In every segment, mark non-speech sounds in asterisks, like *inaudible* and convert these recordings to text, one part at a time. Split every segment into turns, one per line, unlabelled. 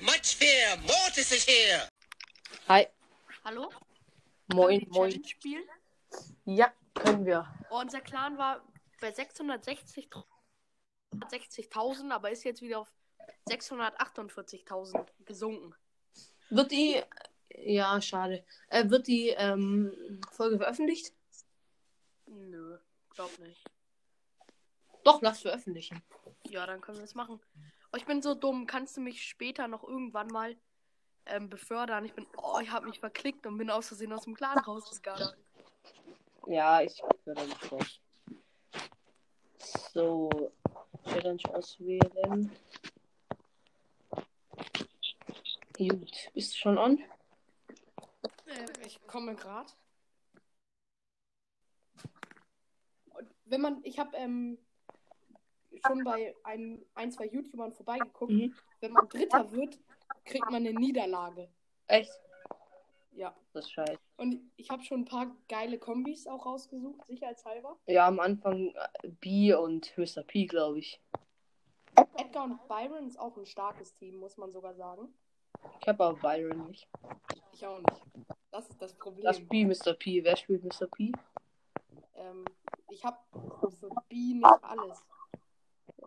Much fear, Mortis is here.
Hi.
Hallo?
Moin,
Können wir die
moin.
Challenge spielen?
Ja, können wir.
Oh, unser Clan war bei 660 60.000, aber ist jetzt wieder auf 648.000 gesunken.
Wird die. Ja, schade. Äh, wird die ähm, Folge veröffentlicht?
Nö, glaub nicht.
Doch, lass veröffentlichen.
Ja, dann können wir es machen. Oh, ich bin so dumm. Kannst du mich später noch irgendwann mal ähm, befördern? Ich bin. Oh, ich habe mich verklickt und bin aus Versehen aus dem Clan rausgegangen.
Ja, ich würde mich raus. So, Challenge auswählen.
Gut. Bist du schon on?
ich komme gerade. Wenn man, ich habe ähm, schon bei ein, ein, zwei YouTubern vorbeigeguckt.
Mhm.
Wenn man Dritter wird, kriegt man eine Niederlage.
Echt?
Ja.
Das ist scheiße.
Und ich habe schon ein paar geile Kombis auch rausgesucht, sicherheitshalber.
Ja, am Anfang äh, B und höchster P, glaube ich.
Edgar und Byron ist auch ein starkes Team, muss man sogar sagen.
Ich habe aber Byron nicht.
Ich auch nicht. Das ist das Problem.
Das B, Mr. P. Wer spielt Mr. P?
Ähm, ich habe für B nicht alles.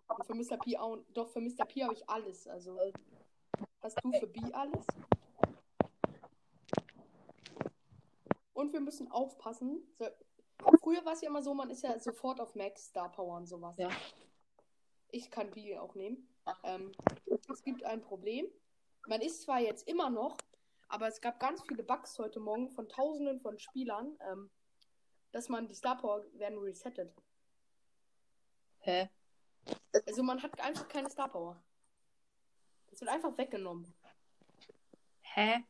Und für Mr. P auch. Doch, für Mr. P habe ich alles. Also. Hast du für B alles? Und wir müssen aufpassen. So, früher war es ja immer so, man ist ja sofort auf Max Star Power und sowas.
Ja.
Ich kann B auch nehmen. Ähm, es gibt ein Problem. Man ist zwar jetzt immer noch, aber es gab ganz viele Bugs heute Morgen von tausenden von Spielern, ähm, dass man die Star Power werden resettet.
Hä?
Also man hat einfach keine Star Power. Das wird einfach weggenommen.
Hä?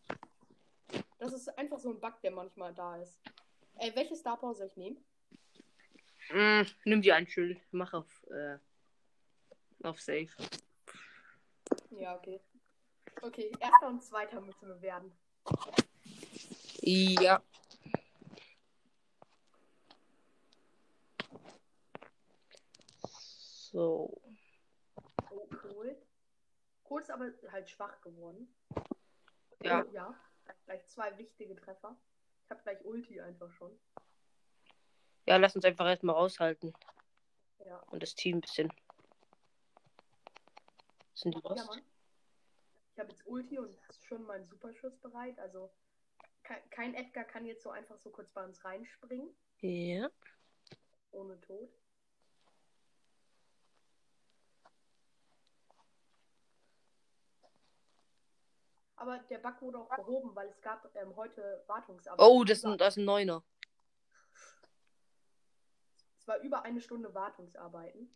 Das ist einfach so ein Bug, der manchmal da ist. Ey, welche Star Power soll ich nehmen?
Mm, nimm dir ein Schild. Mach auf. Äh, auf Safe.
Ja, okay. Okay, erster und zweiter müssen wir werden.
Ja. So.
Oh, cool. Cool ist aber halt schwach geworden.
Ja.
Oh, ja. Gleich zwei wichtige Treffer. Ich hab gleich Ulti einfach schon.
Ja, lass uns einfach erstmal raushalten
Ja.
und das Team ein bisschen. Sind die
Ja,
raus?
Mann. Ich habe jetzt Ulti und schon meinen Superschuss bereit. Also ke- kein Edgar kann jetzt so einfach so kurz bei uns reinspringen.
Ja.
Ohne Tod. Aber der Bug wurde auch behoben, weil es gab ähm, heute Wartungsarbeiten.
Oh, das ist, ein, das ist ein Neuner.
Es war über eine Stunde Wartungsarbeiten.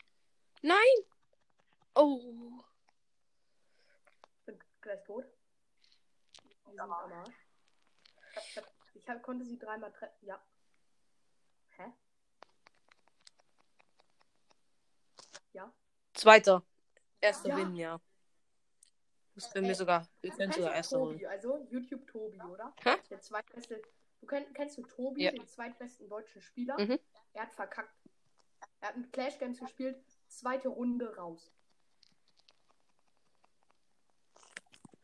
Nein! Oh.
Bin gleich tot. Die sind am Arsch. Ich, hab, ich hab, konnte sie dreimal treffen. Ja. Hä? Ja.
Zweiter. Erster
Ja.
Win, ja. Das können wir sogar. Wir können sogar
Kennst du
erster holen.
Tobi, also YouTube Tobi, oder?
Hä?
Der zweitbeste. Du kenn, kennst du Tobi,
Ja.
den zweitbesten deutschen Spieler?
Mhm.
Er hat verkackt. Er hat mit Clash Games gespielt, zweite Runde raus.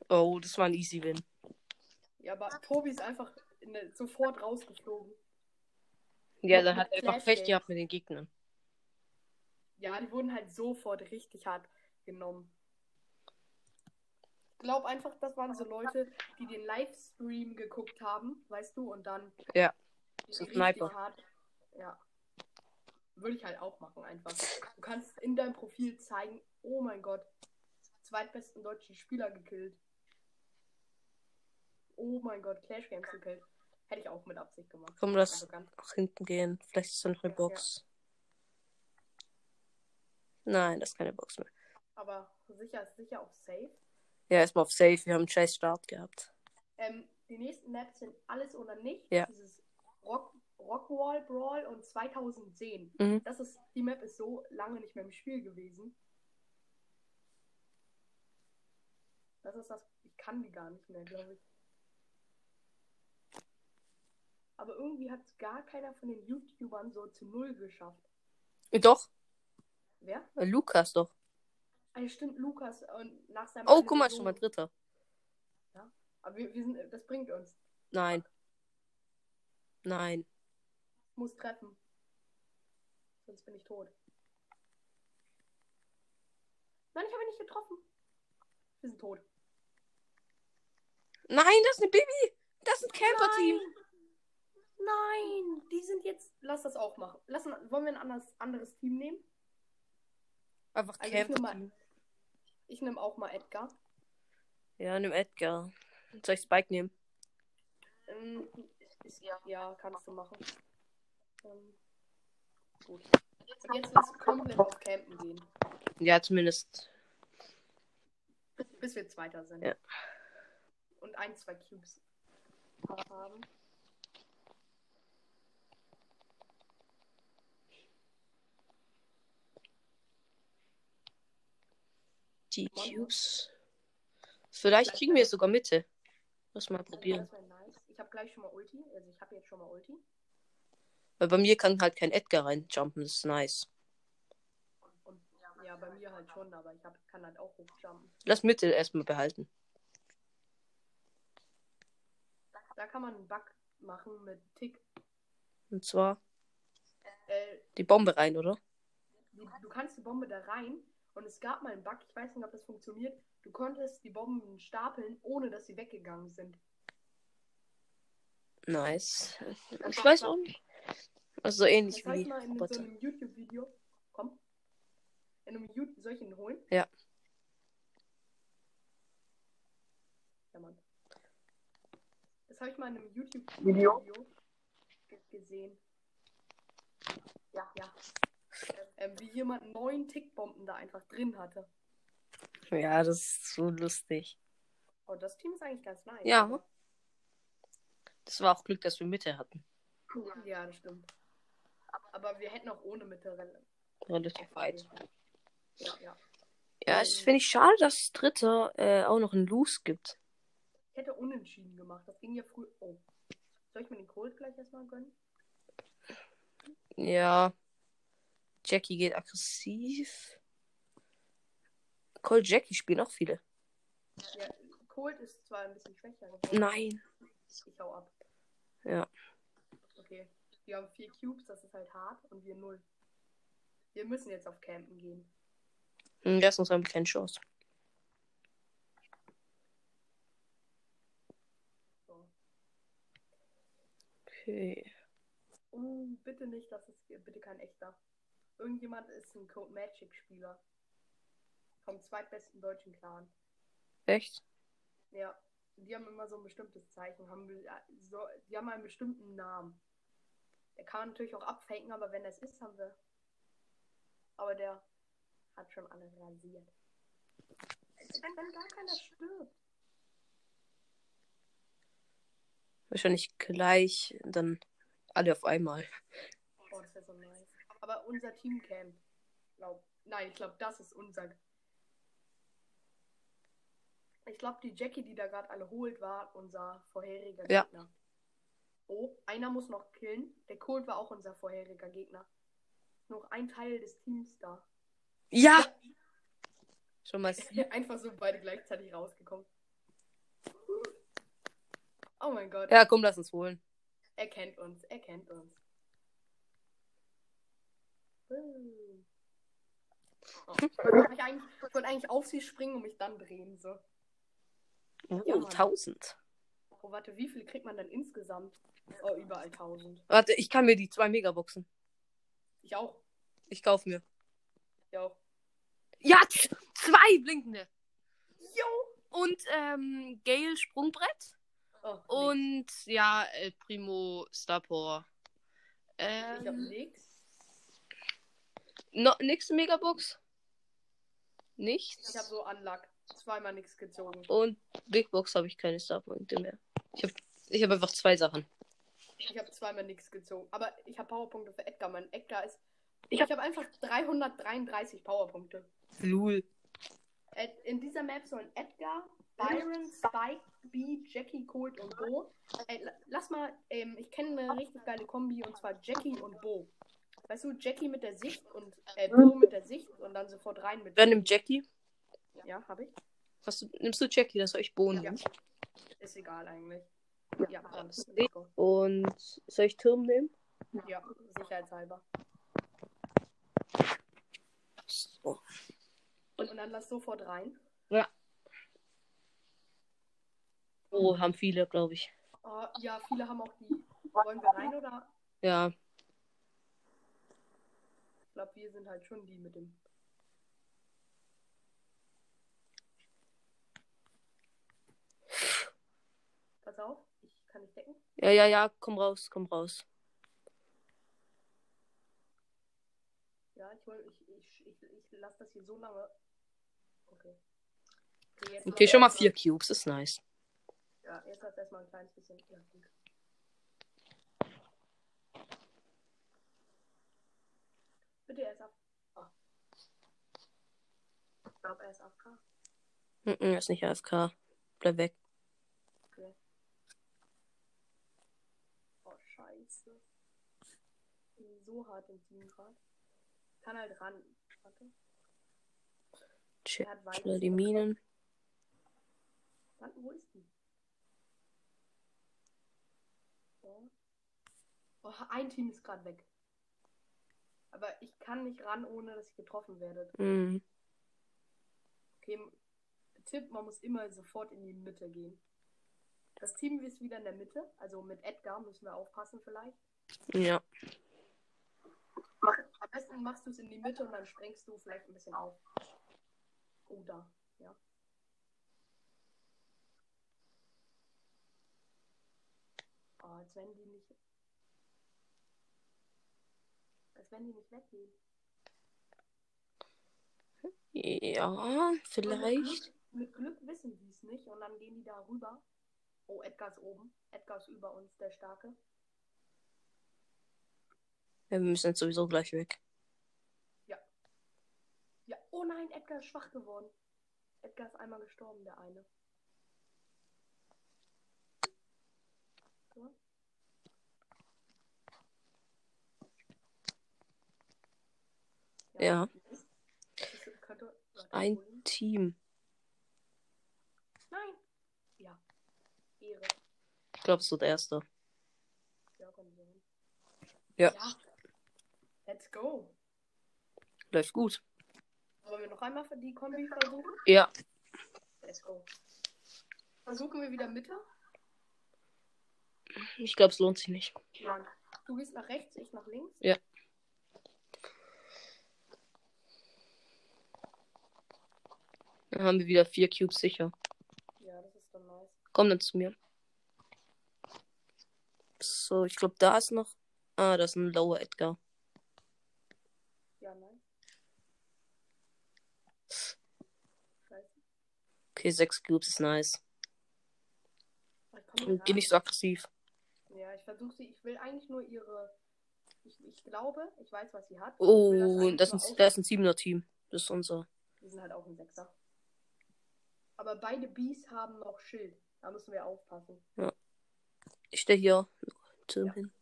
Oh, das war ein Easy Win.
Ja, aber Tobi ist einfach in der, sofort rausgeflogen.
Ja,
Mit-
dann
mit
hat er einfach
Flash
Pech
Games.
gehabt mit den Gegnern.
Ja, die wurden halt sofort richtig hart genommen. Ich glaube einfach, das waren so Leute, die den Livestream geguckt haben, weißt du, und dann.
Ja, ist ein
richtig
Sniper.
hart- Ja. Würde ich halt auch machen, einfach. Du kannst in deinem Profil zeigen, oh mein Gott, zweitbesten deutschen Spieler gekillt. Oh mein Gott, Clash Games gekillt. Hätte ich auch mit Absicht gemacht. Also
Komm, lass-
Arrogant.
Nach hinten gehen. Vielleicht ist da noch eine Box. Nein, das ist keine Box mehr.
Aber sicher ist sicher auf Safe.
Ja, erstmal auf Safe. Wir haben einen scheiß Start gehabt.
Ähm, die nächsten Maps sind alles oder nichts.
Ja.
Dieses Rock, Rockwall Brawl und 2010.
Mhm.
Das ist, die Map ist so lange nicht mehr im Spiel gewesen. Das ist das, ich kann die gar nicht mehr, glaube ich. Aber irgendwie hat gar keiner von den YouTubern so zu Null geschafft.
Doch,
Wer?
äh, Lukas doch.
Ah, ja, stimmt, Lukas. Und nach seinem
Oh, guck mal, schon mal
Anniversum-
Dritter.
Aber wir, wir sind, das bringt uns.
Nein. Nein.
Muss treffen. Sonst bin ich tot. Nein, ich habe ihn nicht getroffen. Wir sind tot.
Nein, das ist eine Bibi. Das ist ein Camper-Team.
Nein, die sind jetzt. Lass das auch machen. Lass, ein- wollen wir ein anderes, anderes Team nehmen?
Einfach
Also ich nehme
Camper-Team.
mal, ich nehme auch mal Edgar.
Ja, nimm Edgar. Soll ich Spike nehmen?
Ähm, ist, ja. ja, kannst du machen. Ähm, gut. Und jetzt lass komplett auf Campen gehen,
Ja, zumindest.
bis wir Zweiter sind.
Ja.
Und ein, zwei Cubes haben.
Die Cubes. Vielleicht kriegen wir es sogar Mitte. Lass mal probieren.
Das wäre nice. Ich habe gleich schon mal Ulti. Also ich habe jetzt schon mal Ulti.
Weil bei mir kann halt kein Edgar reinjumpen. Das ist nice.
Und ja, bei mir halt schon, aber ich hab, kann halt auch hochjumpen.
Lass Mitte erstmal behalten.
Da kann man einen Bug machen mit Tick.
Und zwar
Äh,
die Bombe rein, oder?
du, du kannst die Bombe da rein und es gab mal einen Bug, ich weiß nicht, ob das funktioniert. Du konntest die Bomben stapeln, ohne dass sie weggegangen sind.
Nice. Ich weiß auch nicht. Also so
Das
ähnlich
habe
wie
ich mal in so
Roboter.
einem YouTube-Video. Komm. In einem YouTube solchen holen?
Ja.
Ja, Mann. Das habe ich mal in einem YouTube-Video ge- gesehen. Ja, ja. Ähm, wie jemand neun Tickbomben da einfach drin hatte.
Ja, das ist so lustig.
Und Oh, das Team ist eigentlich ganz nice.
Ja. Das war auch Glück, dass wir Mitte hatten.
Ja, das stimmt. Aber wir hätten auch ohne Mittelrennen.
Relativ weit.
Ja, ja.
Ja, es finde ich schade, dass Dritter äh, auch noch einen Loose gibt.
Ich hätte unentschieden gemacht. Das ging ja früh. Oh. Soll ich mir den Cold gleich erstmal gönnen?
Ja. Jackie geht aggressiv. Call Jackie spielen auch viele.
Ja, Cold ist zwar ein bisschen schwächer. aber
Nein.
Ich hau ab.
Ja.
Okay. Wir haben vier Cubes, das ist halt hart. Und wir null. Wir müssen jetzt auf Campen gehen.
Hm, Das ist uns haben wir keine Chance.
So.
Okay.
Oh, bitte nicht, das ist bitte kein echter. Irgendjemand ist ein Code Magic-Spieler. Vom zweitbesten deutschen Clan.
Echt?
Ja, die haben immer so ein bestimmtes Zeichen, haben be- so, die haben einen bestimmten Namen. Der kann man natürlich auch abfaken, aber wenn das ist, haben wir. Aber der hat schon alle rasiert. Wenn, wenn gar keiner stirbt.
Wahrscheinlich gleich. Dann alle auf einmal.
Oh, das wäre so nice. Aber unser Team campt. Glaub, nein, ich glaube, das ist unser. Ich glaube, die Jackie, die da gerade alle holt, war unser vorheriger
Ja.
Gegner. Oh, einer muss noch killen. Der Cold war auch unser vorheriger Gegner. Noch ein Teil des Teams da. *laughs*
Ja! Schon mal. sie-
Einfach so beide gleichzeitig rausgekommen. Oh mein Gott.
Ja, komm, lass uns holen.
Er kennt uns, er kennt uns. Boom. Oh. Hm. Ich wollte eigentlich, ich wollte eigentlich auf sie springen und mich dann drehen. So. Ja,
Oh,
Mann.
1000.
Oh, warte, wie viel kriegt man dann insgesamt? Oh, überall 1000.
Warte, ich kann mir die zwei Megaboxen.
Ich auch.
Ich kauf mir.
Ich auch.
Ja, z- zwei blinkende.
Jo!
Und ähm, Gale Sprungbrett.
Oh, nix.
Und ja, El Primo Starpower.
ich hab
Ähm,
nix.
no, nächste Megabox.
Ich hab
Nichts.
so Unluck. Zweimal nix gezogen.
Und Big Box habe ich keine Starpunkte mehr. Ich habe ich hab einfach zwei Sachen.
Ich hab zweimal nix gezogen. Aber ich hab Powerpunkte für Edgar. Mein Edgar ist. Ich hab einfach 333 Powerpunkte.
Lul.
Ed- In dieser Map sollen Edgar, Byron, Spike, B, Jackie, Colt und Bo. Ey, la- lass mal, ähm, ich kenne eine richtig geile Kombi und zwar Jackie und Bo. Weißt du, Jackie mit der Sicht und äh, Bo mit der Sicht und dann sofort rein mit.
Dann nimm Jackie.
Ja, habe ich.
Hast du, nimmst du Jackie? Das soll ich Bohnen.
Ja. Ist egal eigentlich. Ja, dann.
das-
let's go.
Und soll ich Turm nehmen?
Ja, sicherheitshalber. Und, und dann lass sofort rein.
Oh, haben viele, glaube ich.
Oh, ja, viele haben auch die. Wollen wir rein oder?
Ja.
Ich glaube, wir sind halt schon die mit dem. Pass auf, ich kann nicht decken.
Ja, ja, ja, komm raus, komm raus.
Ja, ich, hol, ich, ich, ich, ich lasse das hier so lange. Okay. Okay, jetzt
Okay,
lass
schon mal
erst
vier Cubes, ist nice.
Ja, jetzt lass erstmal ein kleines bisschen. Ja, gut. Bitte erst ab. Ah. Ich glaube, er ist AFK.
Mhm, ist nicht AFK. Bleib weg.
Oh, scheiße. Ich bin so hart im Team gerade. Kann halt ran. Warte.
Chill.
Er hat Weiß.
Schnell die Minen.
Warte, wo ist die? So. Oh, ein Team ist gerade weg. Aber ich kann nicht ran, ohne dass ich getroffen werde.
Mhm.
Okay, m- Tipp, man muss immer sofort in die Mitte gehen. Das Team ist wieder in der Mitte, also mit Edgar müssen wir aufpassen vielleicht.
Ja.
Mach, am besten machst du es in die Mitte und dann sprengst du vielleicht ein bisschen auf. Oh, da, ja. Oh, als wenn die nicht. Als wenn die nicht weggehen.
Ja, vielleicht.
Und Mit Glück, mit Glück wissen die es nicht und dann gehen die da rüber. Oh, Edgar ist oben. Edgar ist über uns, der Starke.
Ja, wir müssen jetzt sowieso gleich weg.
Ja, oh nein, Edgar ist schwach geworden. Edgar ist einmal gestorben, der eine. So.
Ja.
Das- das könnte- warte,
Ein-
holen.
Team.
Nein. Ja. Ehre.
Ich glaube, es wird erster.
Ja, komm, so.
Ja.
ja. Let's go.
Läuft gut.
Wollen wir noch einmal die Kombi versuchen?
Ja.
Let's go. Versuchen wir wieder Mitte?
Ich glaube, es lohnt sich nicht.
Nein. Du gehst nach rechts, ich nach links?
Ja. Dann haben wir wieder vier Cubes sicher.
Ja, das ist dann nice.
Komm dann zu mir. So, ich glaube, da ist noch. Ah, das ist ein Lower Edgar.
Ja, nein. Scheiße.
Okay, sechs Cubes ist nice.
Aber Ich komm
Und Geh nicht so aggressiv.
ran. Ja, ich versuche sie. Ich will eigentlich nur ihre. Ich, ich glaube, ich weiß, was sie hat. Ich will
Oh,
eigentlich
das
nur
ist ein,
aus-
das ist ein siebener Team. Das ist unser.
Die sind halt auch ein Sechser. Aber beide Bees haben noch Schild. Da müssen wir aufpassen.
Ich stehe hier. Turm
Ja.
hin.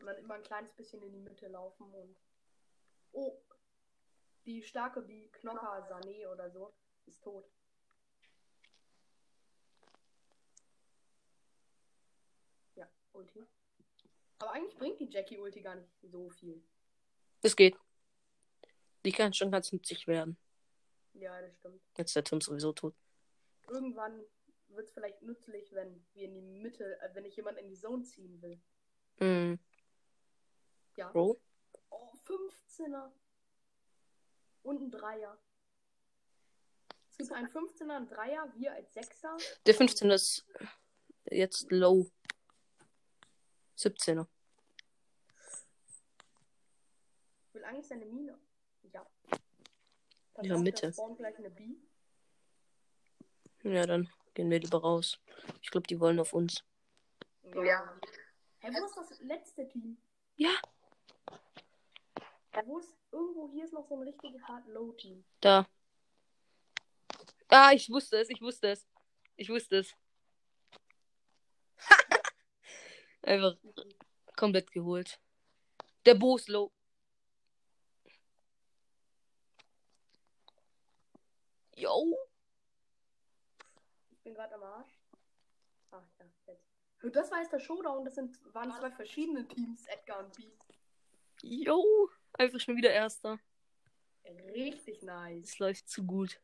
Und dann immer ein kleines bisschen in die Mitte laufen und. Oh! Die starke wie Knocker Sané oder so ist tot. Ja, Ulti. Aber eigentlich bringt die Jackie Ulti gar nicht so viel.
Es geht. Die kann schon ganz nützlich werden.
Ja, das stimmt.
Jetzt ist der Turm sowieso tot.
Irgendwann wird es vielleicht nützlich, wenn wir in die Mitte, äh, wenn ich jemanden in die Zone ziehen will.
Hm.
Ja.
Bro?
Oh, 15er. Und ein Dreier. Es gibt einen 15er, einen Dreier, wir als Sechser.
Der 15 ist jetzt low. 17er.
Ich will eigentlich seine Mine. Ja. Pass
Ja,
auf, da
Mitte.
spawnt gleich eine Bi.
Ja, dann gehen wir lieber raus. Ich glaube, die wollen auf uns.
Ja. Hä, wo ist das letzte Team?
Ja.
Hä, Wo ist, irgendwo hier ist noch so ein richtig hart Low-Team.
Da. Ah, ich wusste es, ich wusste es. Ich wusste es. *laughs* Einfach komplett geholt. Der Bo ist low. Yo.
Ich bin gerade am Arsch. Ach ja, jetzt. Und das war jetzt der Showdown. Das sind, waren zwei verschiedene Teams, Edgar und B.
Jo, einfach schon wieder Erster.
Richtig nice.
Es läuft zu gut.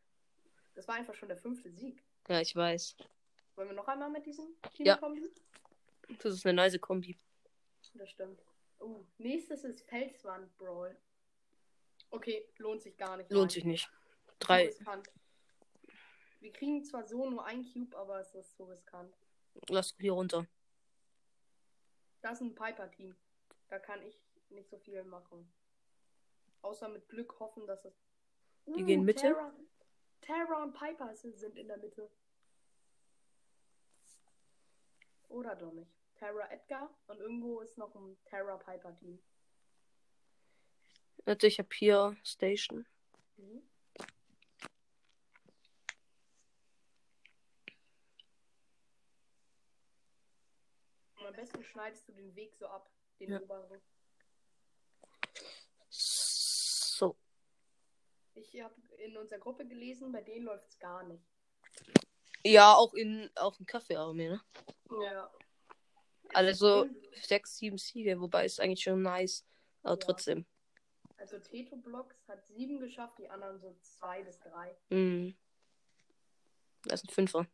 Das war einfach schon der fünfte Sieg.
Ja, ich weiß.
Wollen wir noch einmal mit diesem Team
Ja.
kommen?
Das ist eine nice Kombi.
Das stimmt. Oh, nächstes ist Felswand Brawl. Okay, lohnt sich gar nicht.
Lohnt
Nein.
sich nicht. Drei,
So riskant. Wir kriegen zwar so nur ein Cube, aber es ist so riskant.
lass hier runter.
Das ist ein Piper-Team. Da kann ich nicht so viel machen. Außer mit Glück hoffen, dass es. Uh,
Die gehen Mitte?
Terra, Terra und Piper sind sind in der Mitte. Oder doch nicht. Terra Edgar und irgendwo ist noch ein Terra Piper Team.
Warte, ich hab hier Station.
Mhm. Und am besten schneidest du den Weg so ab, den
Ja.
oberen.
So.
Ich habe in unserer Gruppe gelesen, bei denen läuft es gar nicht.
Ja, auch in auch in Kaffeearmee, ne?
Ja.
Also sechs, sieben Siege, wobei ist eigentlich schon nice. Aber
Ja.
trotzdem.
Also Teto Blocks hat sieben geschafft, die anderen so zwei bis drei.
Hm. Das ist ein Fünfer.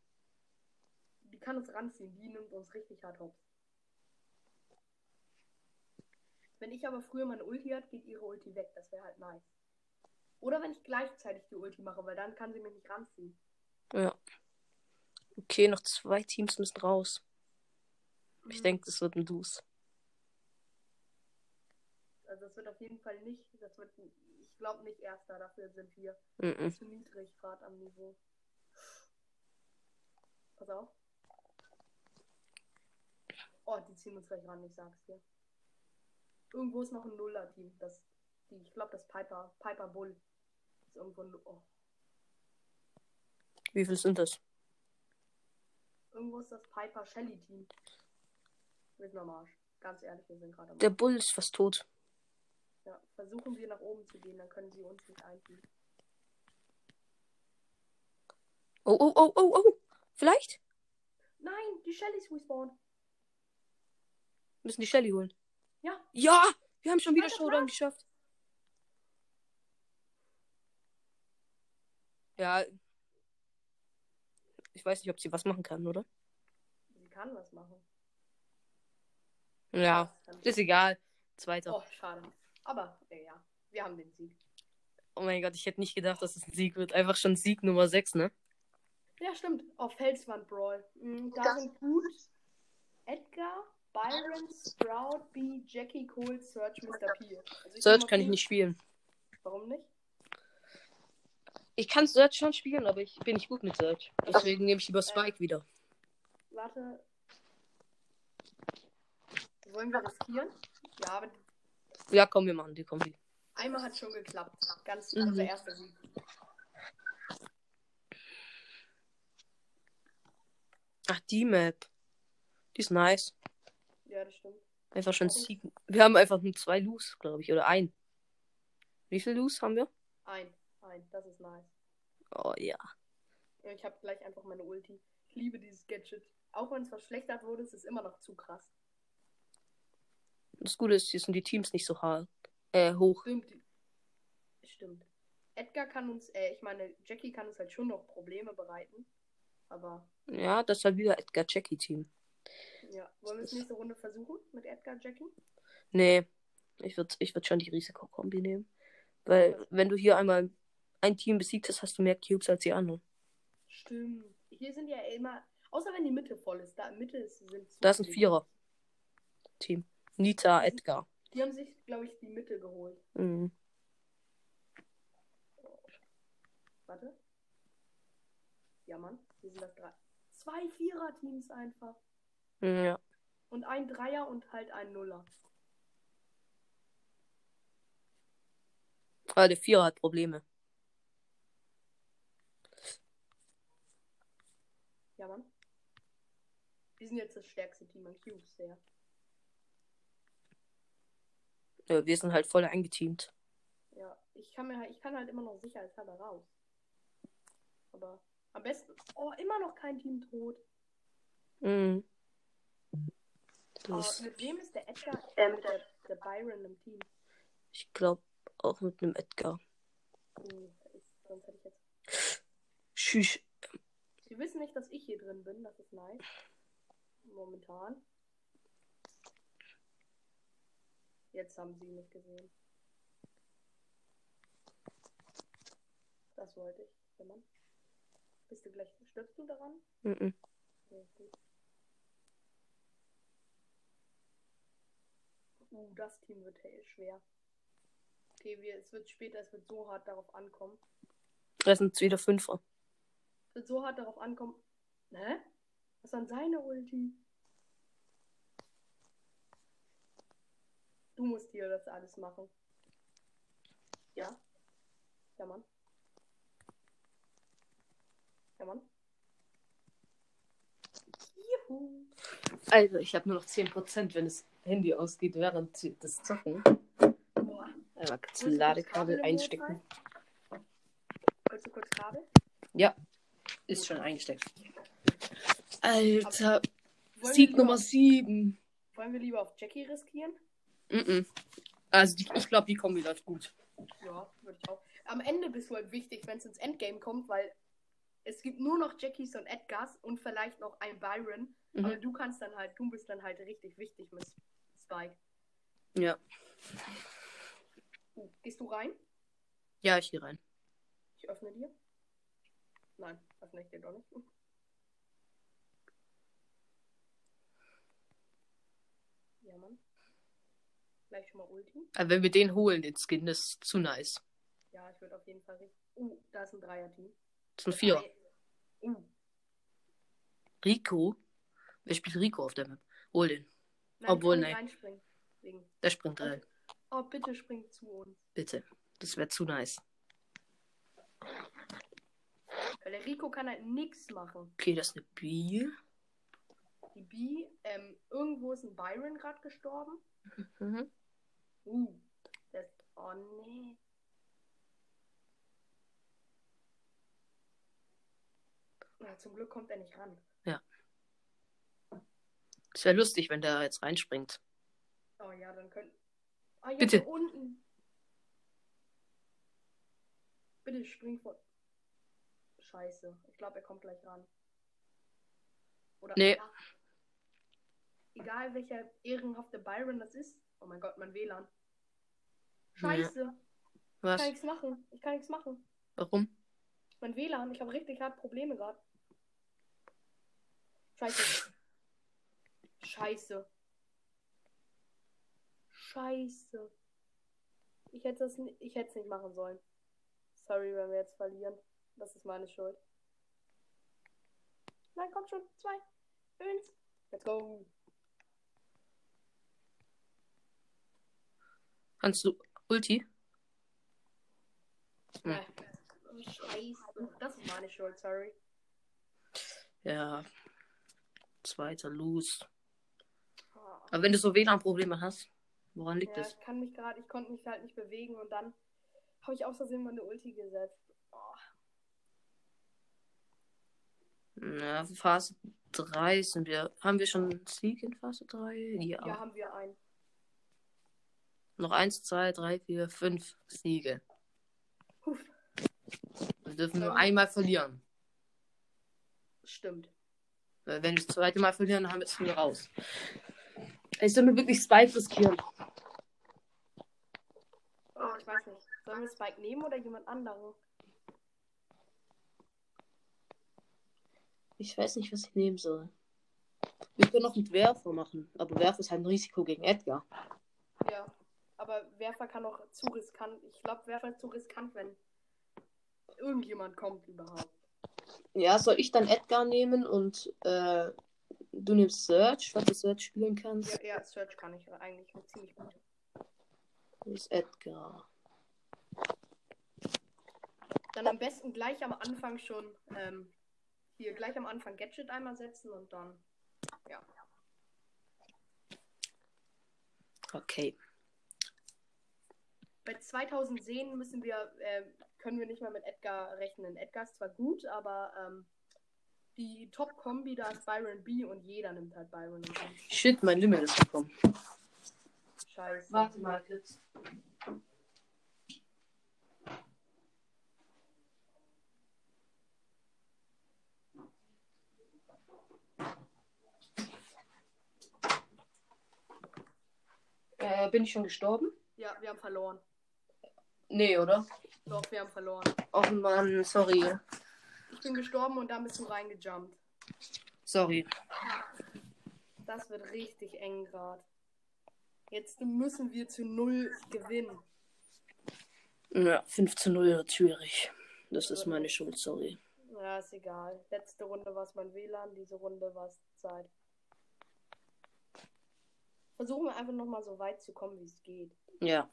Die kann uns ranziehen, die nimmt uns richtig hart hops. Wenn ich aber früher meine Ulti hat, geht ihre Ulti weg. Das wäre halt nice. Oder wenn ich gleichzeitig die Ulti mache, weil dann kann sie mich nicht ranziehen.
Ja. Okay, noch zwei Teams müssen raus.
Mhm.
Ich denke, das wird ein Los.
Also das wird auf jeden Fall nicht, das wird, ich glaube nicht erster, dafür sind wir
Mhm.
zu niedrig gerade am Niveau. Pass auf. Oh, die ziehen uns gleich ran, ich sag's dir. Irgendwo ist noch ein Nuller-Team. Das, die, ich glaube, das Piper, Piper Bull. Ist irgendwo ein, oh,
Wie viel sind das?
irgendwo ist das Piper Shelly-Team. Wir sind am Arsch. Ganz ehrlich, wir sind gerade am
Der
Arsch.
Bull ist fast tot.
Ja, versuchen wir nach oben zu gehen, dann können sie uns nicht einziehen.
Oh, oh, oh, oh, oh. Vielleicht
Nein, die Shellys respawn.
müssen die Shelly holen.
Ja.
Ja, wir haben schon wieder
Weiter,
Showdown geschafft. Ja. Ich weiß nicht, ob sie was machen kann, oder?
Sie kann was machen.
Ja,
Kann sie.
ist egal. Zweiter.
Oh, schade. Aber, äh, ja, wir haben den Sieg.
Oh mein Gott, ich hätte nicht gedacht, dass es ein Sieg wird. Einfach schon Sieg Nummer 6, ne?
Ja, stimmt. Auf Felswand Brawl. Mm, Da sind gut Edgar, Byron, Sprout, B, Jackie, Cole, Search, Mr. P. Also
Search
nehme
kann ich
auf
nicht spielen.
jeden- Warum nicht?
Ich kann Search schon spielen, aber ich bin nicht gut mit Search. Deswegen nehme ich lieber Spike wieder.
Warte. Wollen wir riskieren? Ja, aber
Ja, komm, wir machen die Kombi.
einmal hat schon geklappt. Ganz
Mhm.
unser erster Sieg.
Ach, die Map. Die ist nice.
Ja, das stimmt.
Einfach schon Sieg. Wir haben einfach nur zwei Loos, glaube ich, oder ein. Wie viel Loos haben wir?
Ein, ein, das ist nice.
Oh ja.
Und Ich habe gleich einfach meine Ulti. Ich liebe dieses Gadget. Auch wenn es verschlechtert wurde, ist es immer noch zu krass.
Das Gute ist, hier sind die Teams nicht so hart. Äh, hoch.
Stimmt. Stimmt. Edgar kann uns, äh, ich meine, Jackie kann uns halt schon noch Probleme bereiten. Aber
Ja, das war wieder Edgar Jackie Team.
ja, wollen wir es nächste Runde versuchen mit Edgar, Jackie?
Nee. Ich würde ich würd schon die Risikokombi nehmen. Weil, wenn du hier einmal ein Team besiegt hast, hast du mehr Cubes als die anderen.
Stimmt. Hier sind ja immer, außer wenn die Mitte voll ist, da Mitte ist, sind
Da ist ein
viele.
Vierer-Team. Nita, Edgar.
Die haben sich, glaube ich, die Mitte geholt.
Mhm.
Warte. Ja, Mann, hier sind das drei. Zwei Vierer-Teams einfach.
Mhm, Ja.
Und ein Dreier und halt ein Nuller.
Aber Ah, der Vierer hat Probleme.
Ja, Mann. Die sind jetzt das stärkste Team an Cubes, ja.
Ja, wir sind halt voll eingeteamt.
Ja, ich kann mir halt, ich kann halt immer noch sicherheitshalber raus. Aber Am besten. Oh, immer noch kein Team tot.
Mhm.
Oh,
Das,
mit wem ist der Edgar? Äh, mit der, der Byron im Team.
ich glaube auch mit einem Edgar.
Oh, ich, sonst hätte ich jetzt.
Tschüss.
Sie wissen nicht, dass ich hier drin bin. Das ist nice. Momentan. Jetzt haben sie mich gesehen. Das wollte ich, wenn man. Bist du gleich. Stirbst du daran?
Mhm.
Nee, gut. Uh, das Team wird hey, schwer. Okay, wir, es wird später, es wird so hart darauf ankommen.
Das sind wieder Fünfer.
Es wird so hart darauf ankommen. Hä? Was an seine Ulti? Du musst dir das alles machen. Ja? Ja, Mann. Ja, Mann. Juhu.
Also, ich habe nur noch 10%, wenn das Handy ausgeht, während sie das Zocken.
Boah.
Äh,
Einmal kurz
Willst du
ein Ladekabel
das Kabel im
einstecken.
Wolltest du kurz Kabel?
Ist schon eingesteckt. Alter,
Wollen wir
Sieg
lieber-
Nummer 7.
Wollen wir lieber auf Jackie riskieren?
Mhm. Also, die, ich glaube, die Kombi läuft gut.
Ja, würde ich auch. Am Ende bist du halt wichtig, wenn es ins Endgame kommt, weil es gibt nur noch Jackies und Edgars und vielleicht noch ein Byron.
Mhm.
Aber du kannst dann halt, du bist dann halt richtig wichtig mit Spike.
Ja.
Uh, gehst du rein?
Ja, ich gehe rein.
Ich öffne dir. Nein, öffne ich dir doch nicht. Ja, Mann. Gleich schon mal Ulti.
Aber Also, wenn wir den holen, den Skin, das ist zu nice.
Ja, ich würde auf jeden Fall richtig. Uh, da ist ein Dreier-Team.
Das sind Vierer.
Uh,
Rico? Wer spielt Rico auf der Map? Hol den.
nein,
Obwohl,
Obwohl,
nein.
nein. Reinspringen. Wegen.
Der springt rein.
Oh, bitte spring zu uns.
Bitte. Das wäre zu nice.
Weil der Rico kann halt nichts machen.
Okay, das ist eine B.
Die B, ähm, irgendwo ist ein Byron gerade gestorben.
Mhm.
Uh, das, oh nee. Na, zum Glück kommt er nicht ran.
Das wäre lustig, wenn der jetzt reinspringt.
Oh ja, dann können. Ah, ja,
Bitte.
da unten. Bitte spring vor. Scheiße. Ich glaube, er kommt gleich ran. Oder.
Nee.
Ah. Egal welcher ehrenhafte Byron das ist. Oh mein Gott, mein WLAN. Scheiße. Ich kann
Was?
nichts machen. Ich kann nichts machen.
Warum?
Mein WLAN, ich habe richtig hart Probleme gerade. Scheiße. Scheiße. Scheiße. Ich hätte es ich hätte es nicht machen sollen. Sorry, wenn wir jetzt verlieren. Das ist meine Schuld. Nein, komm schon. Zwei. Eins. Let's go.
Kannst du Ulti? Hm.
Nein. Oh, Scheiße. Das ist meine Schuld, sorry.
Ja. Zweiter Loose.
Ah.
Aber wenn du so WLAN-Probleme hast, woran liegt
Ja,
das?
ich kann mich gerade, ich konnte mich halt nicht bewegen und dann habe ich aus Versehen meine Ulti gesetzt. Oh,
Na, Phase 3 sind wir. Haben wir schon einen Sieg in Phase 3? Ja.
Ja, haben wir einen.
Noch 1, 2, 3, 4, 5 Siege.
Puh,
Wir dürfen nur
Ähm.
einmal verlieren.
stimmt.
Weil wenn wir das zweite Mal verlieren, haben wir es wieder raus. Ich soll mir wirklich Spike riskieren.
Oh, ich weiß nicht. Sollen wir Spike nehmen oder jemand anderen?
Ich weiß nicht, was ich nehmen soll. Wir können auch mit Werfer machen. Aber Werfer ist halt ein Risiko gegen Edgar.
Ja. Aber Werfer kann auch zu riskant. Ich glaube, Werfer ist zu riskant, wenn irgendjemand kommt überhaupt.
Ja, soll ich dann Edgar nehmen und äh, du nimmst Search, was du Search spielen kannst?
Ja, ja Search kann ich eigentlich ziemlich gut.
Ist Edgar.
Dann am besten gleich am Anfang schon, ähm, hier gleich am Anfang Gadget einmal setzen und dann.
Okay.
Bei 2010 müssen wir, äh, können wir nicht mal mit Edgar rechnen. Edgar ist zwar gut, aber ähm, die Top-Kombi, da ist Byron B und jeder nimmt halt Byron und B.
Shit, mein Limit ist gekommen.
Scheiße.
Warte mal kurz. Äh, bin ich schon gestorben?
Ja, wir haben verloren.
Nee, oder?
Doch, wir haben verloren.
Oh Mann, sorry.
Ich bin gestorben und dann bist du reingejumpt.
Sorry.
Das wird richtig eng gerade. Jetzt müssen wir zu null gewinnen.
Ja, 5 zu 0 wird schwierig. Das ist meine Schuld, sorry.
Ja, ist egal. Letzte Runde war es mein WLAN, diese Runde war es Zeit. Versuchen wir einfach nochmal so weit zu kommen, wie es geht.
Ja.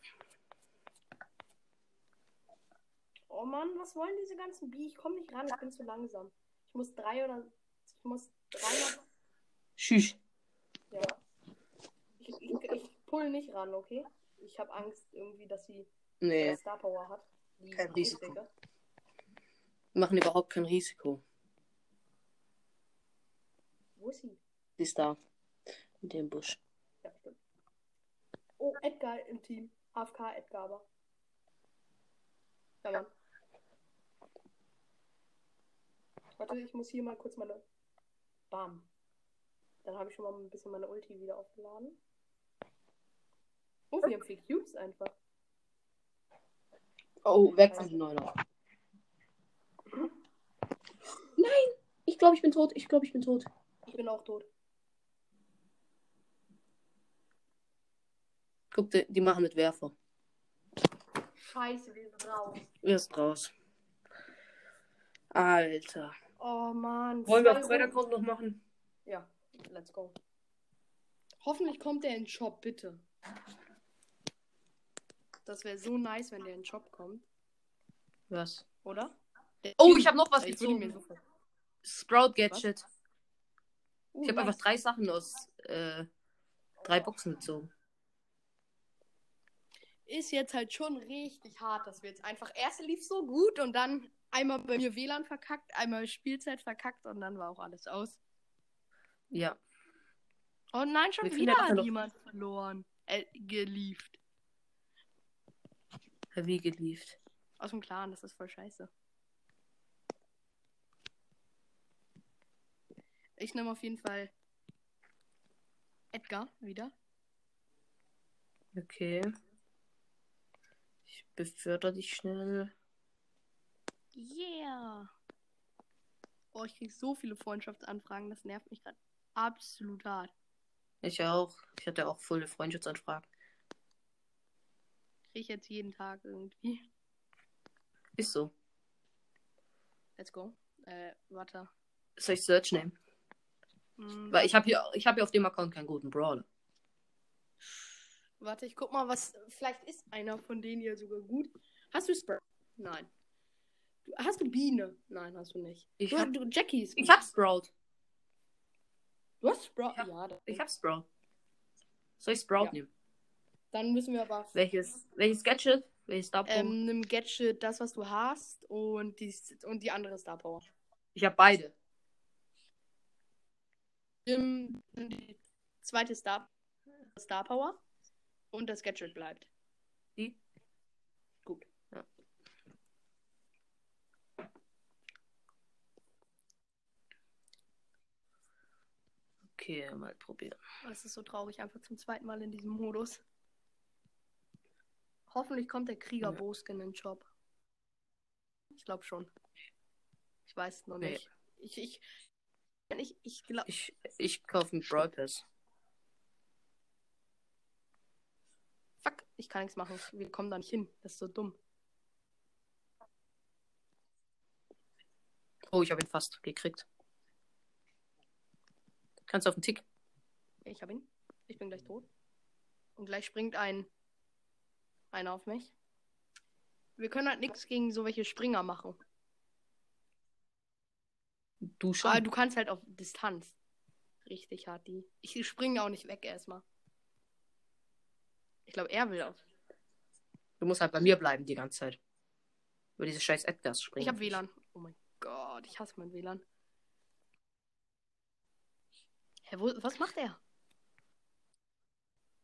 Oh Mann, was wollen diese ganzen Bi? Ich komme nicht ran, ich bin zu langsam. Ich muss drei oder. Ich muss drei.
Tschüss.
Ja. Ich, ich, ich pull nicht ran, okay? Ich habe Angst irgendwie, dass sie
Nee,
Star Power hat. Die
Kein
Riesige.
Risiko. wir machen überhaupt kein Risiko.
Wo ist sie?
Sie ist da. In dem Busch.
Ja, stimmt. Oh, Edgar im Team. AFK Edgar aber. Ja, Mann. Warte, ich muss hier mal kurz meine. Bam. Dann habe ich schon mal ein bisschen meine Ulti wieder aufgeladen. Oh, wir haben vier Cubes einfach.
Oh, weg von den Neuner. Nein! Ich glaube, ich bin tot. Ich glaube, ich bin tot.
Ich bin auch tot.
Guck, die, die machen mit Werfer.
Scheiße, wir sind raus.
Er ist raus. Alter.
Oh Mann.
Wollen
zwei
wir auf
Runden.
Freitagabend noch machen?
Ja, let's go. Hoffentlich kommt der in den Shop, bitte. Das wäre so nice, wenn der in den Shop kommt,
Was?
oder?
Oh, ich habe noch was
Ich würde ihn mir
gezogen.
so ver-
Sprout Gadget.
Oh,
Ich habe
nice.
einfach drei Sachen aus äh, drei Boxen gezogen.
Ist jetzt halt schon richtig hart, dass wir jetzt einfach. Erste lief so gut und dann einmal bei mir WLAN verkackt, einmal Spielzeit verkackt und dann war auch alles aus.
Ja.
Oh nein, schon
Wir können
wieder
ja doch
hat
noch-
jemand verloren. Äh, gelieft.
Wie gelieft.
Aus dem Clan, das ist voll scheiße. Ich nehme auf jeden Fall Edgar wieder.
Okay. Ich befördere dich schnell.
Yeah. Oh, ich krieg so viele Freundschaftsanfragen, das nervt mich gerade absolut hart.
Ich auch. Ich hatte auch volle Freundschaftsanfragen.
Krieg ich jetzt jeden Tag irgendwie.
Ist so.
Let's go. Äh, warte.
Soll ich Search nehmen?
Hm,
Weil ich habe hier, ich habe hier auf dem Account keinen guten Brawler.
warte, ich guck mal, was. Vielleicht ist einer von denen ja sogar gut. Hast du Spur? Nein. Du- Hast du Biene? Nein, hast du nicht.
Ich
du,
hab-
du, Jackie ist
Ich
gut.
hab Sprout.
Du hast Sprout.
Ich hab-
Ja, dann-
Ich hab Sprout. Soll ich Sprout
Ja.
nehmen?
dann müssen wir aber
Welches? Welches Gadget? Welches Star Power?
ähm, nimm Gadget das, was du hast, und die, und die andere Star Power.
ich habe beide.
Nimm die zweite Star, Star Power und das Gadget bleibt.
Die?
Gut.
Ja. Okay, mal probieren.
Das ist so traurig, einfach zum zweiten Mal in diesem Modus. Hoffentlich kommt der Krieger
Ja.
Boskin in den Job. Ich glaube schon. Ich weiß es noch
Nee.
nicht. Ich, ich, ich, ich glaube.
Ich, ich kaufe einen Brawl Pass.
Fuck, ich kann nichts machen. Wir kommen da nicht hin. Das ist so dumm.
Oh, ich habe ihn fast gekriegt. Kannst auf den Tick.
Ich hab ihn. Ich bin gleich tot. Und gleich springt ein. Einer auf mich. Wir können halt nichts gegen so welche Springer machen.
Du schon.
Aber du kannst halt auf Distanz. Richtig hart die. Ich springe auch nicht weg erstmal. Ich glaube, er will auf.
Du musst halt bei mir bleiben die ganze Zeit.
über diese scheiß Edgars springen.
Ich habe WLAN. Oh mein Gott, ich hasse mein WLAN. Hä, wo, was macht er?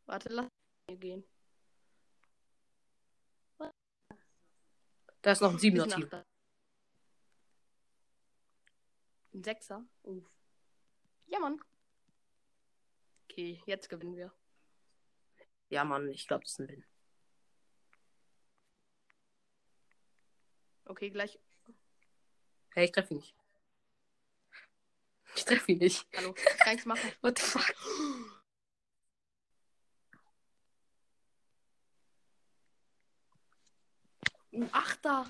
Warte, lass hier gehen.
Da ist noch ein
Nicht ein
7er-Team.
Achter. Ein Sechser? Uff. Ja, Mann. Okay, jetzt gewinnen wir.
Ja, Mann, ich glaube, das ist ein Win.
Okay, gleich.
Hey, ich treffe ihn nicht. Ich treffe ihn nicht.
Hallo. Kann ich's machen?
What the fuck?
*laughs*
Ein Achter.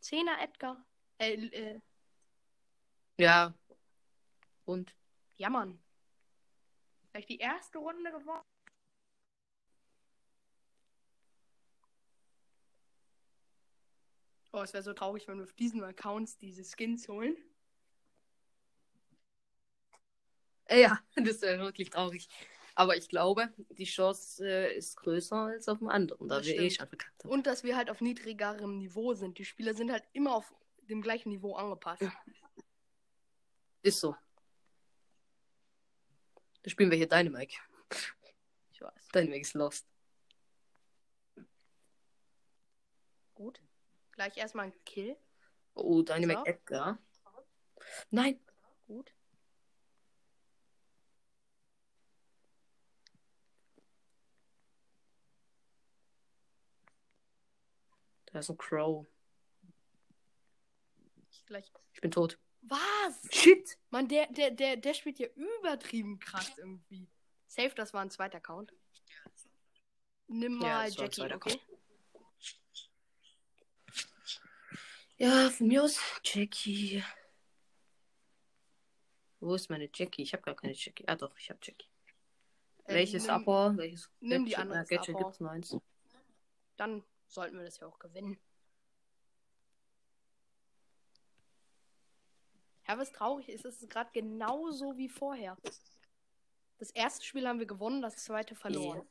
Zehner Edgar. Äh, äh,
Ja. Und?
ja, Mann. Gleich die erste Runde gewonnen. Oh, es wäre so traurig, wenn wir auf diesen Accounts diese Skins holen.
Ja, das wäre wirklich traurig. Aber ich glaube, die Chance äh, ist größer als auf dem anderen, da
Das
wir eh
stimmt.
schon verkackt haben.
Und dass wir halt auf niedrigerem Niveau sind. Die Spieler sind halt immer auf dem gleichen Niveau angepasst.
Ist so. Dann spielen wir hier Dynamike.
Ich weiß.
Dynamike ist lost.
Gut. Gleich erstmal ein Kill.
Oh, Dynamike
So.
Edgar. Nein.
Gut.
Da ist ein Crow.
Ich gleich.
Ich bin tot.
Was?
Shit.
Mann, der, der, der, der spielt ja übertrieben krass irgendwie. Safe, das war ein zweiter Account. Nimm
Ja,
mal
das war ein
Jackie,
zweiter
okay?
Ja, von mir aus. Jackie. Wo ist meine Jackie? Ich habe gar keine Jackie. Ah doch, ich habe Jackie.
Äh,
Welches
nimm-
Upper? Welches
nimm die
Gadget?
andere,
Ah,
das
Gadget
Upper.
gibt's nur eins.
Dann sollten wir das ja auch gewinnen. Ja, was traurig ist, es ist gerade genauso wie vorher. Das erste Spiel haben wir gewonnen, das zweite verloren.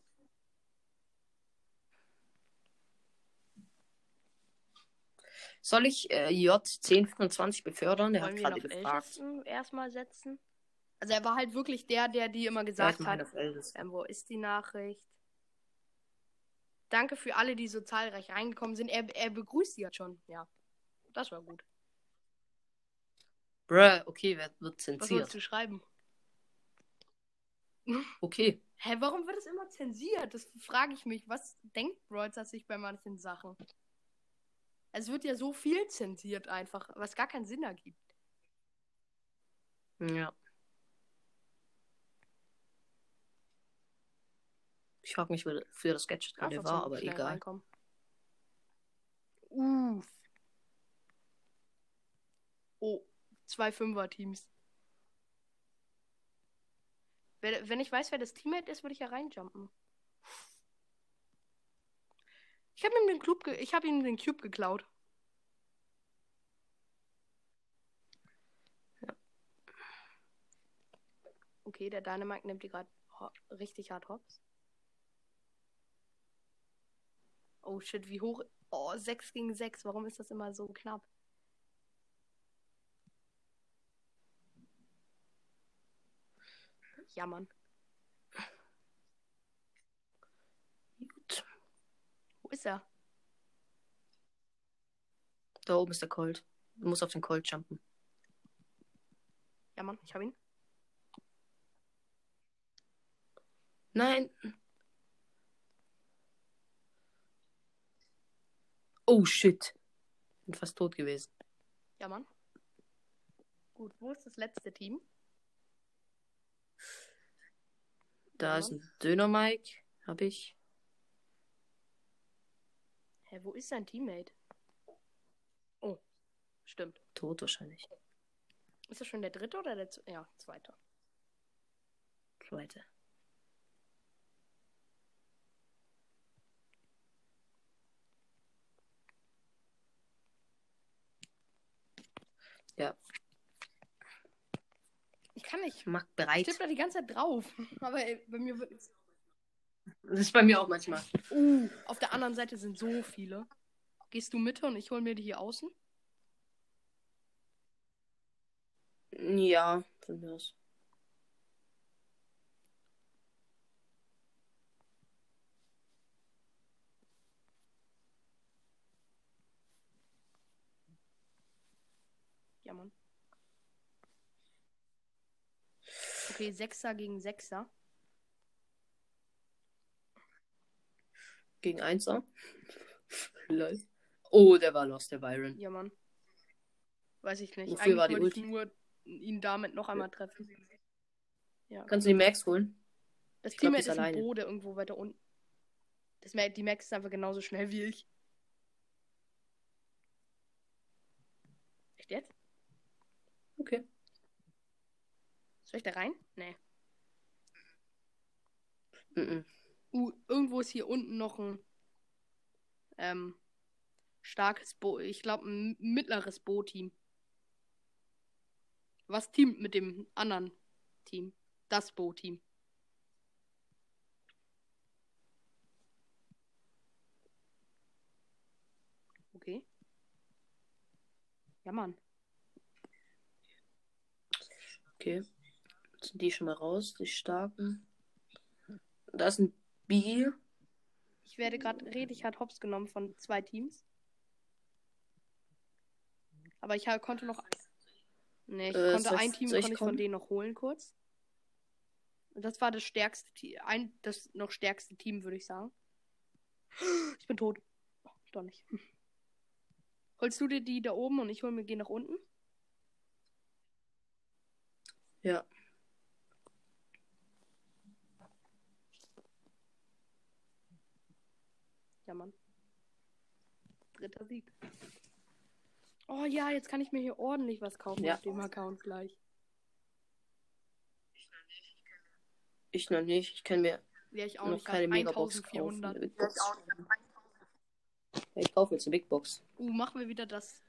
Soll ich äh, J1025 befördern? Der
Wollen
hat gerade
wir ihn auf
gefragt.
Ältesten erstmal setzen? Also er war halt wirklich der, der die immer
Ja, ich
gesagt
meine
hat,
auf Elvis.
ähm, wo ist die Nachricht? Danke für alle, die so zahlreich reingekommen sind. Er, er begrüßt sie ja schon. Ja, das war gut.
Bruh, okay, wer wird
Was wolltest
zensiert?
du schreiben?
Okay.
Hä, warum wird das immer zensiert? Das frage ich mich. Was denkt Reuters sich bei manchen Sachen? Es wird ja so viel zensiert einfach, was gar keinen Sinn ergibt.
Ja. Ich frage mich, wer für das Gadget gerade
Einfach
war,
so
aber
schnell
egal.
reinkommen. Uff. Oh, zwei Fünfer-Teams. Wer- Wenn ich weiß, wer das Teammate ist, würde ich ja reinjumpen. Ich habe ihm den Club ge ich habe ihm den Cube geklaut. Okay, der Dynamite nimmt die gerade ho- richtig hart hops. Oh shit, wie hoch. Oh, 6 gegen 6. Warum ist das immer so knapp? Ja, Mann.
Gut.
Wo ist er?
Da oben ist der Colt. Du musst auf den Colt jumpen.
Ja, Mann, ich hab ihn.
Nein. Oh shit. Bin fast tot gewesen.
Ja, Mann. Gut, wo ist das letzte Team?
Da
Ja.
ist ein Döner Mike. Hab ich.
Hä, wo ist sein Teammate? Oh, stimmt.
Tot wahrscheinlich.
Ist das schon der dritte oder der zweite? Ja, zweite.
Leute.
Ich kann nicht.
Macht
Ich
bereit.
tippe da die ganze Zeit drauf. *laughs* Aber äh, bei mir wird.
Das ist bei mir auch manchmal.
Uh, auf der anderen Seite sind so viele. Gehst du Mitte und ich hol mir die hier außen?
Ja, von mir aus.
Ja, Mann. Okay, Sechser gegen Sechser.
Gegen Einser.
*laughs*
Lol. Oh, der war lost, der Byron.
Ja, Mann. Weiß ich nicht.
Wofür war
Eigentlich
die
wollte ich nur ihn damit noch einmal treffen. Ja.
Kannst du die Max holen?
Das
Ich glaub,
Teammate
die
ist ein
ist alleine.
Bode irgendwo weiter unten. Das Mac, die Max ist einfach genauso schnell wie ich. Echt jetzt?
Okay.
Soll ich da rein? Nee.
Mhm.
Uh, irgendwo ist hier unten noch ein ähm, starkes Bo, ich glaube ein mittleres Bo-Team. Was teamt mit dem anderen Team? Das Bo-Team. Okay. Ja, Mann.
Okay. Jetzt sind die schon mal raus, die starken. Da ist ein B.
Ich werde gerade richtig hart hops genommen von zwei Teams. Aber ich ha- konnte noch. Nee, ich
Äh,
konnte
soll ich-
ein Team
soll ich
konnte ich von
kommen?
denen noch holen kurz. Und das war das stärkste Team, ein, das noch stärkste Team, würde ich
*gasps*
sagen. Ich bin tot. Oh, doch nicht. *laughs* Holst du dir die da oben und ich hol mir geh nach unten?
Ja.
Ja, Mann. Dritter Sieg. Oh ja, jetzt kann ich mir hier ordentlich was kaufen
Ja.
auf dem Account gleich.
Ich noch nicht. Ich kann mir
Ja, Oh, ich auch
noch
nicht. Ich
keine
hab
Megabox kaufen.
1400.
Eine Big Box. Ja, Ich kaufe jetzt eine Big Box.
Uh, machen wir wieder das.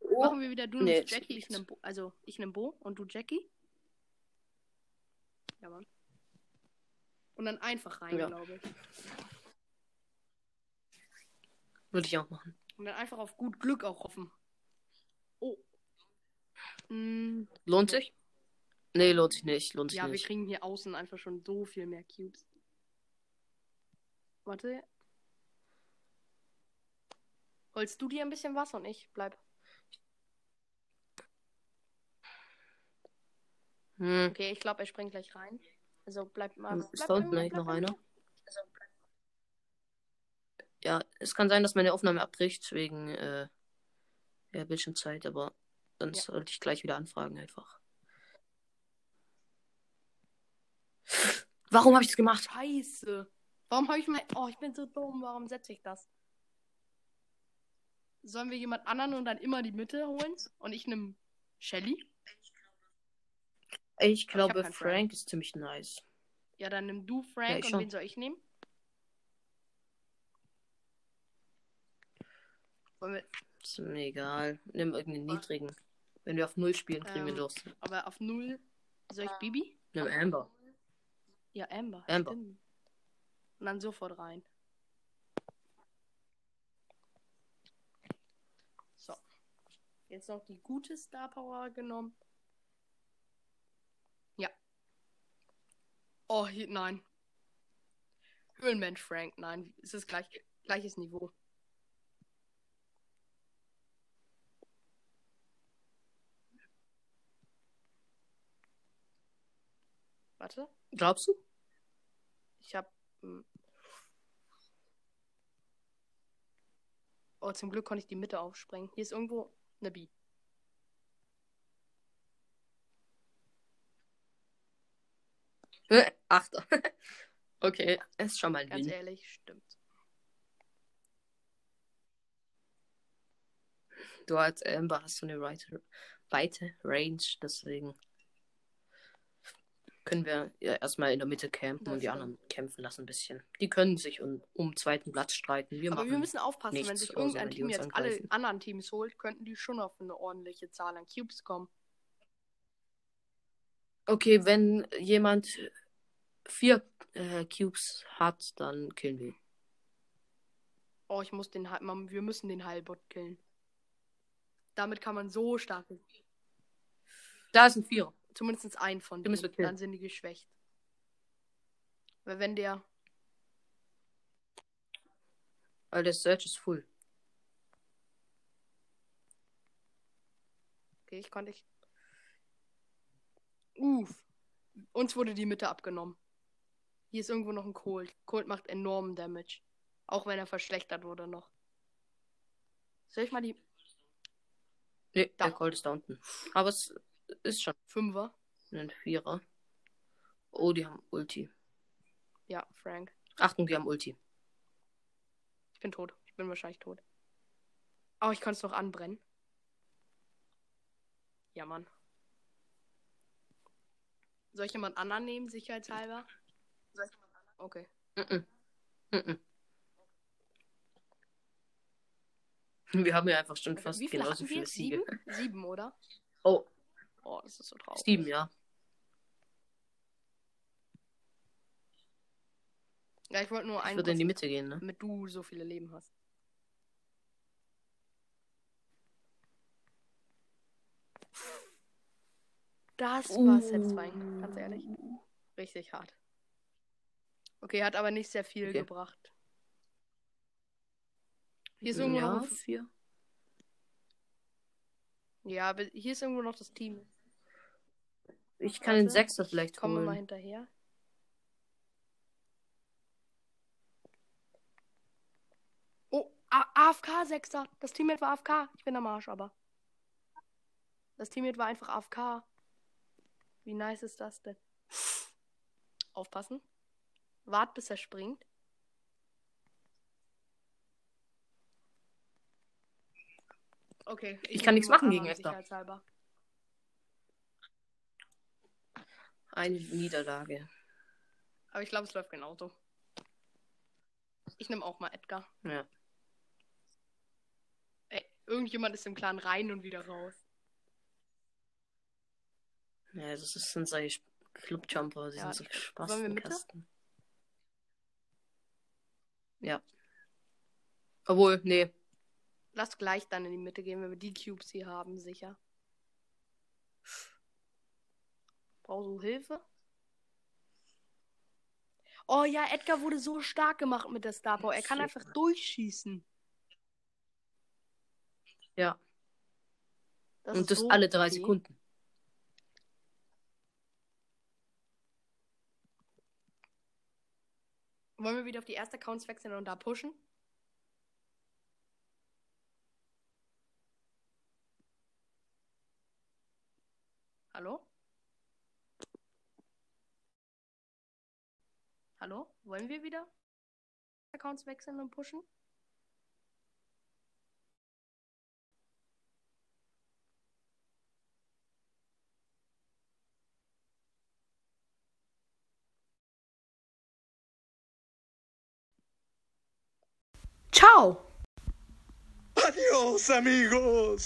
Oh.
Machen wir wieder du
Nee,
nimmst
jetzt
Jackie, ich
nicht.
nehm Bo. Also, ich nehm Bo und du Jackie. Ja, Mann. Und dann einfach rein,
Ja.
glaube ich.
Würde ich auch machen.
Und dann einfach auf gut Glück auch hoffen. Oh. Mm,
Lohnt sich? Nee, lohnt sich nicht. Lohnt sich
ja, wir
nicht.
kriegen hier außen einfach schon so viel mehr Cubes. Warte. Holst du dir ein bisschen was und ich bleib.
Hm.
Okay, ich glaube, er springt gleich rein. Also bleib mal.
Hm,
Bleib
Ist da unten
bei mir,
eigentlich
bleib
noch
bei mir.
einer? Ja, es kann sein, dass meine Aufnahme abbricht wegen äh, ja, Bildschirmzeit, aber dann
Ja.
sollte ich gleich wieder anfragen einfach. Warum habe ich das gemacht?
Scheiße. Warum habe ich mein. Oh, ich bin so dumm. Warum setze ich das? Sollen wir jemand anderen und dann immer die Mitte holen? Und ich nehme Shelly?
Ich
hab
glaube,
keinen
Frank,
Frank.
ist ziemlich nice.
Ja, dann nimm du Frank
Ja, ich
und
schon.
wen soll ich nehmen? Wollen wir,
Ist mir egal. Nimm irgendeinen niedrigen. Wenn wir auf Null spielen, kriegen wir
Ähm.
Durst.
aber auf null. Soll ich Bibi?
Nimm Amber.
Ja, Amber.
Amber.
stimmt. Und dann sofort rein. So. Jetzt noch die gute Star Power genommen. Ja. Oh, hier, nein. Höhlenmensch Frank, nein. Es ist gleich, gleiches Niveau. Warte.
Glaubst du?
Ich hab. hm. Oh, zum Glück konnte ich die Mitte aufsprengen. Hier ist irgendwo eine B.
Äh, Achter. *laughs* okay, ist schon mal ein
Ganz
Win.
ehrlich, stimmt.
Du als Amber hast so eine weite, weite Range, deswegen können wir ja erstmal in der Mitte campen
Das
und die
stimmt.
anderen kämpfen lassen ein bisschen. Die können sich um, um zweiten Platz streiten. Wir
Aber
machen.
wir müssen aufpassen, wenn
nichts,
sich
außer
irgendein
wenn die
Team
uns
jetzt alle
angreifen.
anderen Teams holt, könnten die schon auf eine ordentliche Zahl an Cubes kommen.
Okay, wenn jemand vier äh, Cubes hat, dann killen wir ihn.
Oh, ich muss den Heil- man- wir müssen den Heilbot killen. Damit kann man so stark.
Da ist ein Vierer.
Zumindest einen von
Den müssen wir
denen.
killen.
Dann sind die geschwächt. Weil wenn der.
Weil Äh, der Search ist full.
Okay, ich konnte ich. Uff. Uns wurde die Mitte abgenommen. Hier ist irgendwo noch ein Colt. Colt macht enormen Damage. Auch wenn er verschlechtert wurde noch. Soll ich mal die
Nee,
Da.
der Colt ist da unten. Aber es ist schon
Fünfer?
ein Vierer. Oh, die haben Ulti.
Ja, Frank.
Achtung, die haben Ulti.
Ich bin tot. Ich bin wahrscheinlich tot. Aber ich kann es noch anbrennen. Ja, Mann. Soll ich jemand anderen nehmen, sicherheitshalber? Soll ich jemand anderen? Okay.
Mhm. Mhm. Wir haben ja einfach schon fast
Äh, Wie viele
genauso
hatten wir?
viele Siege.
Sieben? Sieben, oder?
Oh,
Oh, das ist so traurig.
sieben, ja.
Ja, ich wollte nur
Ich
einen,
würde in die
kurz,
Mitte gehen, ne?
damit du so viele Leben hast. Das
Uh.
war satisfying, ganz ehrlich. Richtig hart. Okay, hat aber nicht sehr viel
Okay.
gebracht. Hier ist irgendwo
ja,
noch ein F-
vier.
Ja, aber hier ist irgendwo noch das Team.
Ich kann den
Warte.
Sechser vielleicht
Kommen wir mal
holen.
hinterher. Oh, A AFK Sechster. Das Teammate war AFK. Ich bin am Arsch, aber. Das Teammate war einfach AFK. Wie nice ist das denn? Aufpassen. Wart, bis er springt. Okay.
Ich
nehme
kann nichts machen gegen
Aram,
Esther.
sicherheitshalber.
Eine Niederlage.
Aber ich glaube, es läuft genauso. Ich nehme auch mal Edgar.
Ja.
Ey, irgendjemand ist im Clan rein und wieder raus.
Ja, das ist- sind solche Sp- Clubjumper, die
Ja,
sind so
ich- wollen wir Mitte?
Spastenkasten. Ja. Obwohl, nee.
Lass gleich dann in die Mitte gehen, wenn wir die Cubes hier haben, sicher. Brauchst du Hilfe? Oh ja, Edgar wurde so stark gemacht mit der Star Power. Er kann einfach durchschießen.
Ja.
ist
Und das
so
alle drei
okay.
Sekunden.
Wollen wir wieder auf die erste Accounts wechseln und da pushen? Hallo? Hallo? Wollen wir wieder Accounts wechseln und pushen? Ciao!
Adios, amigos.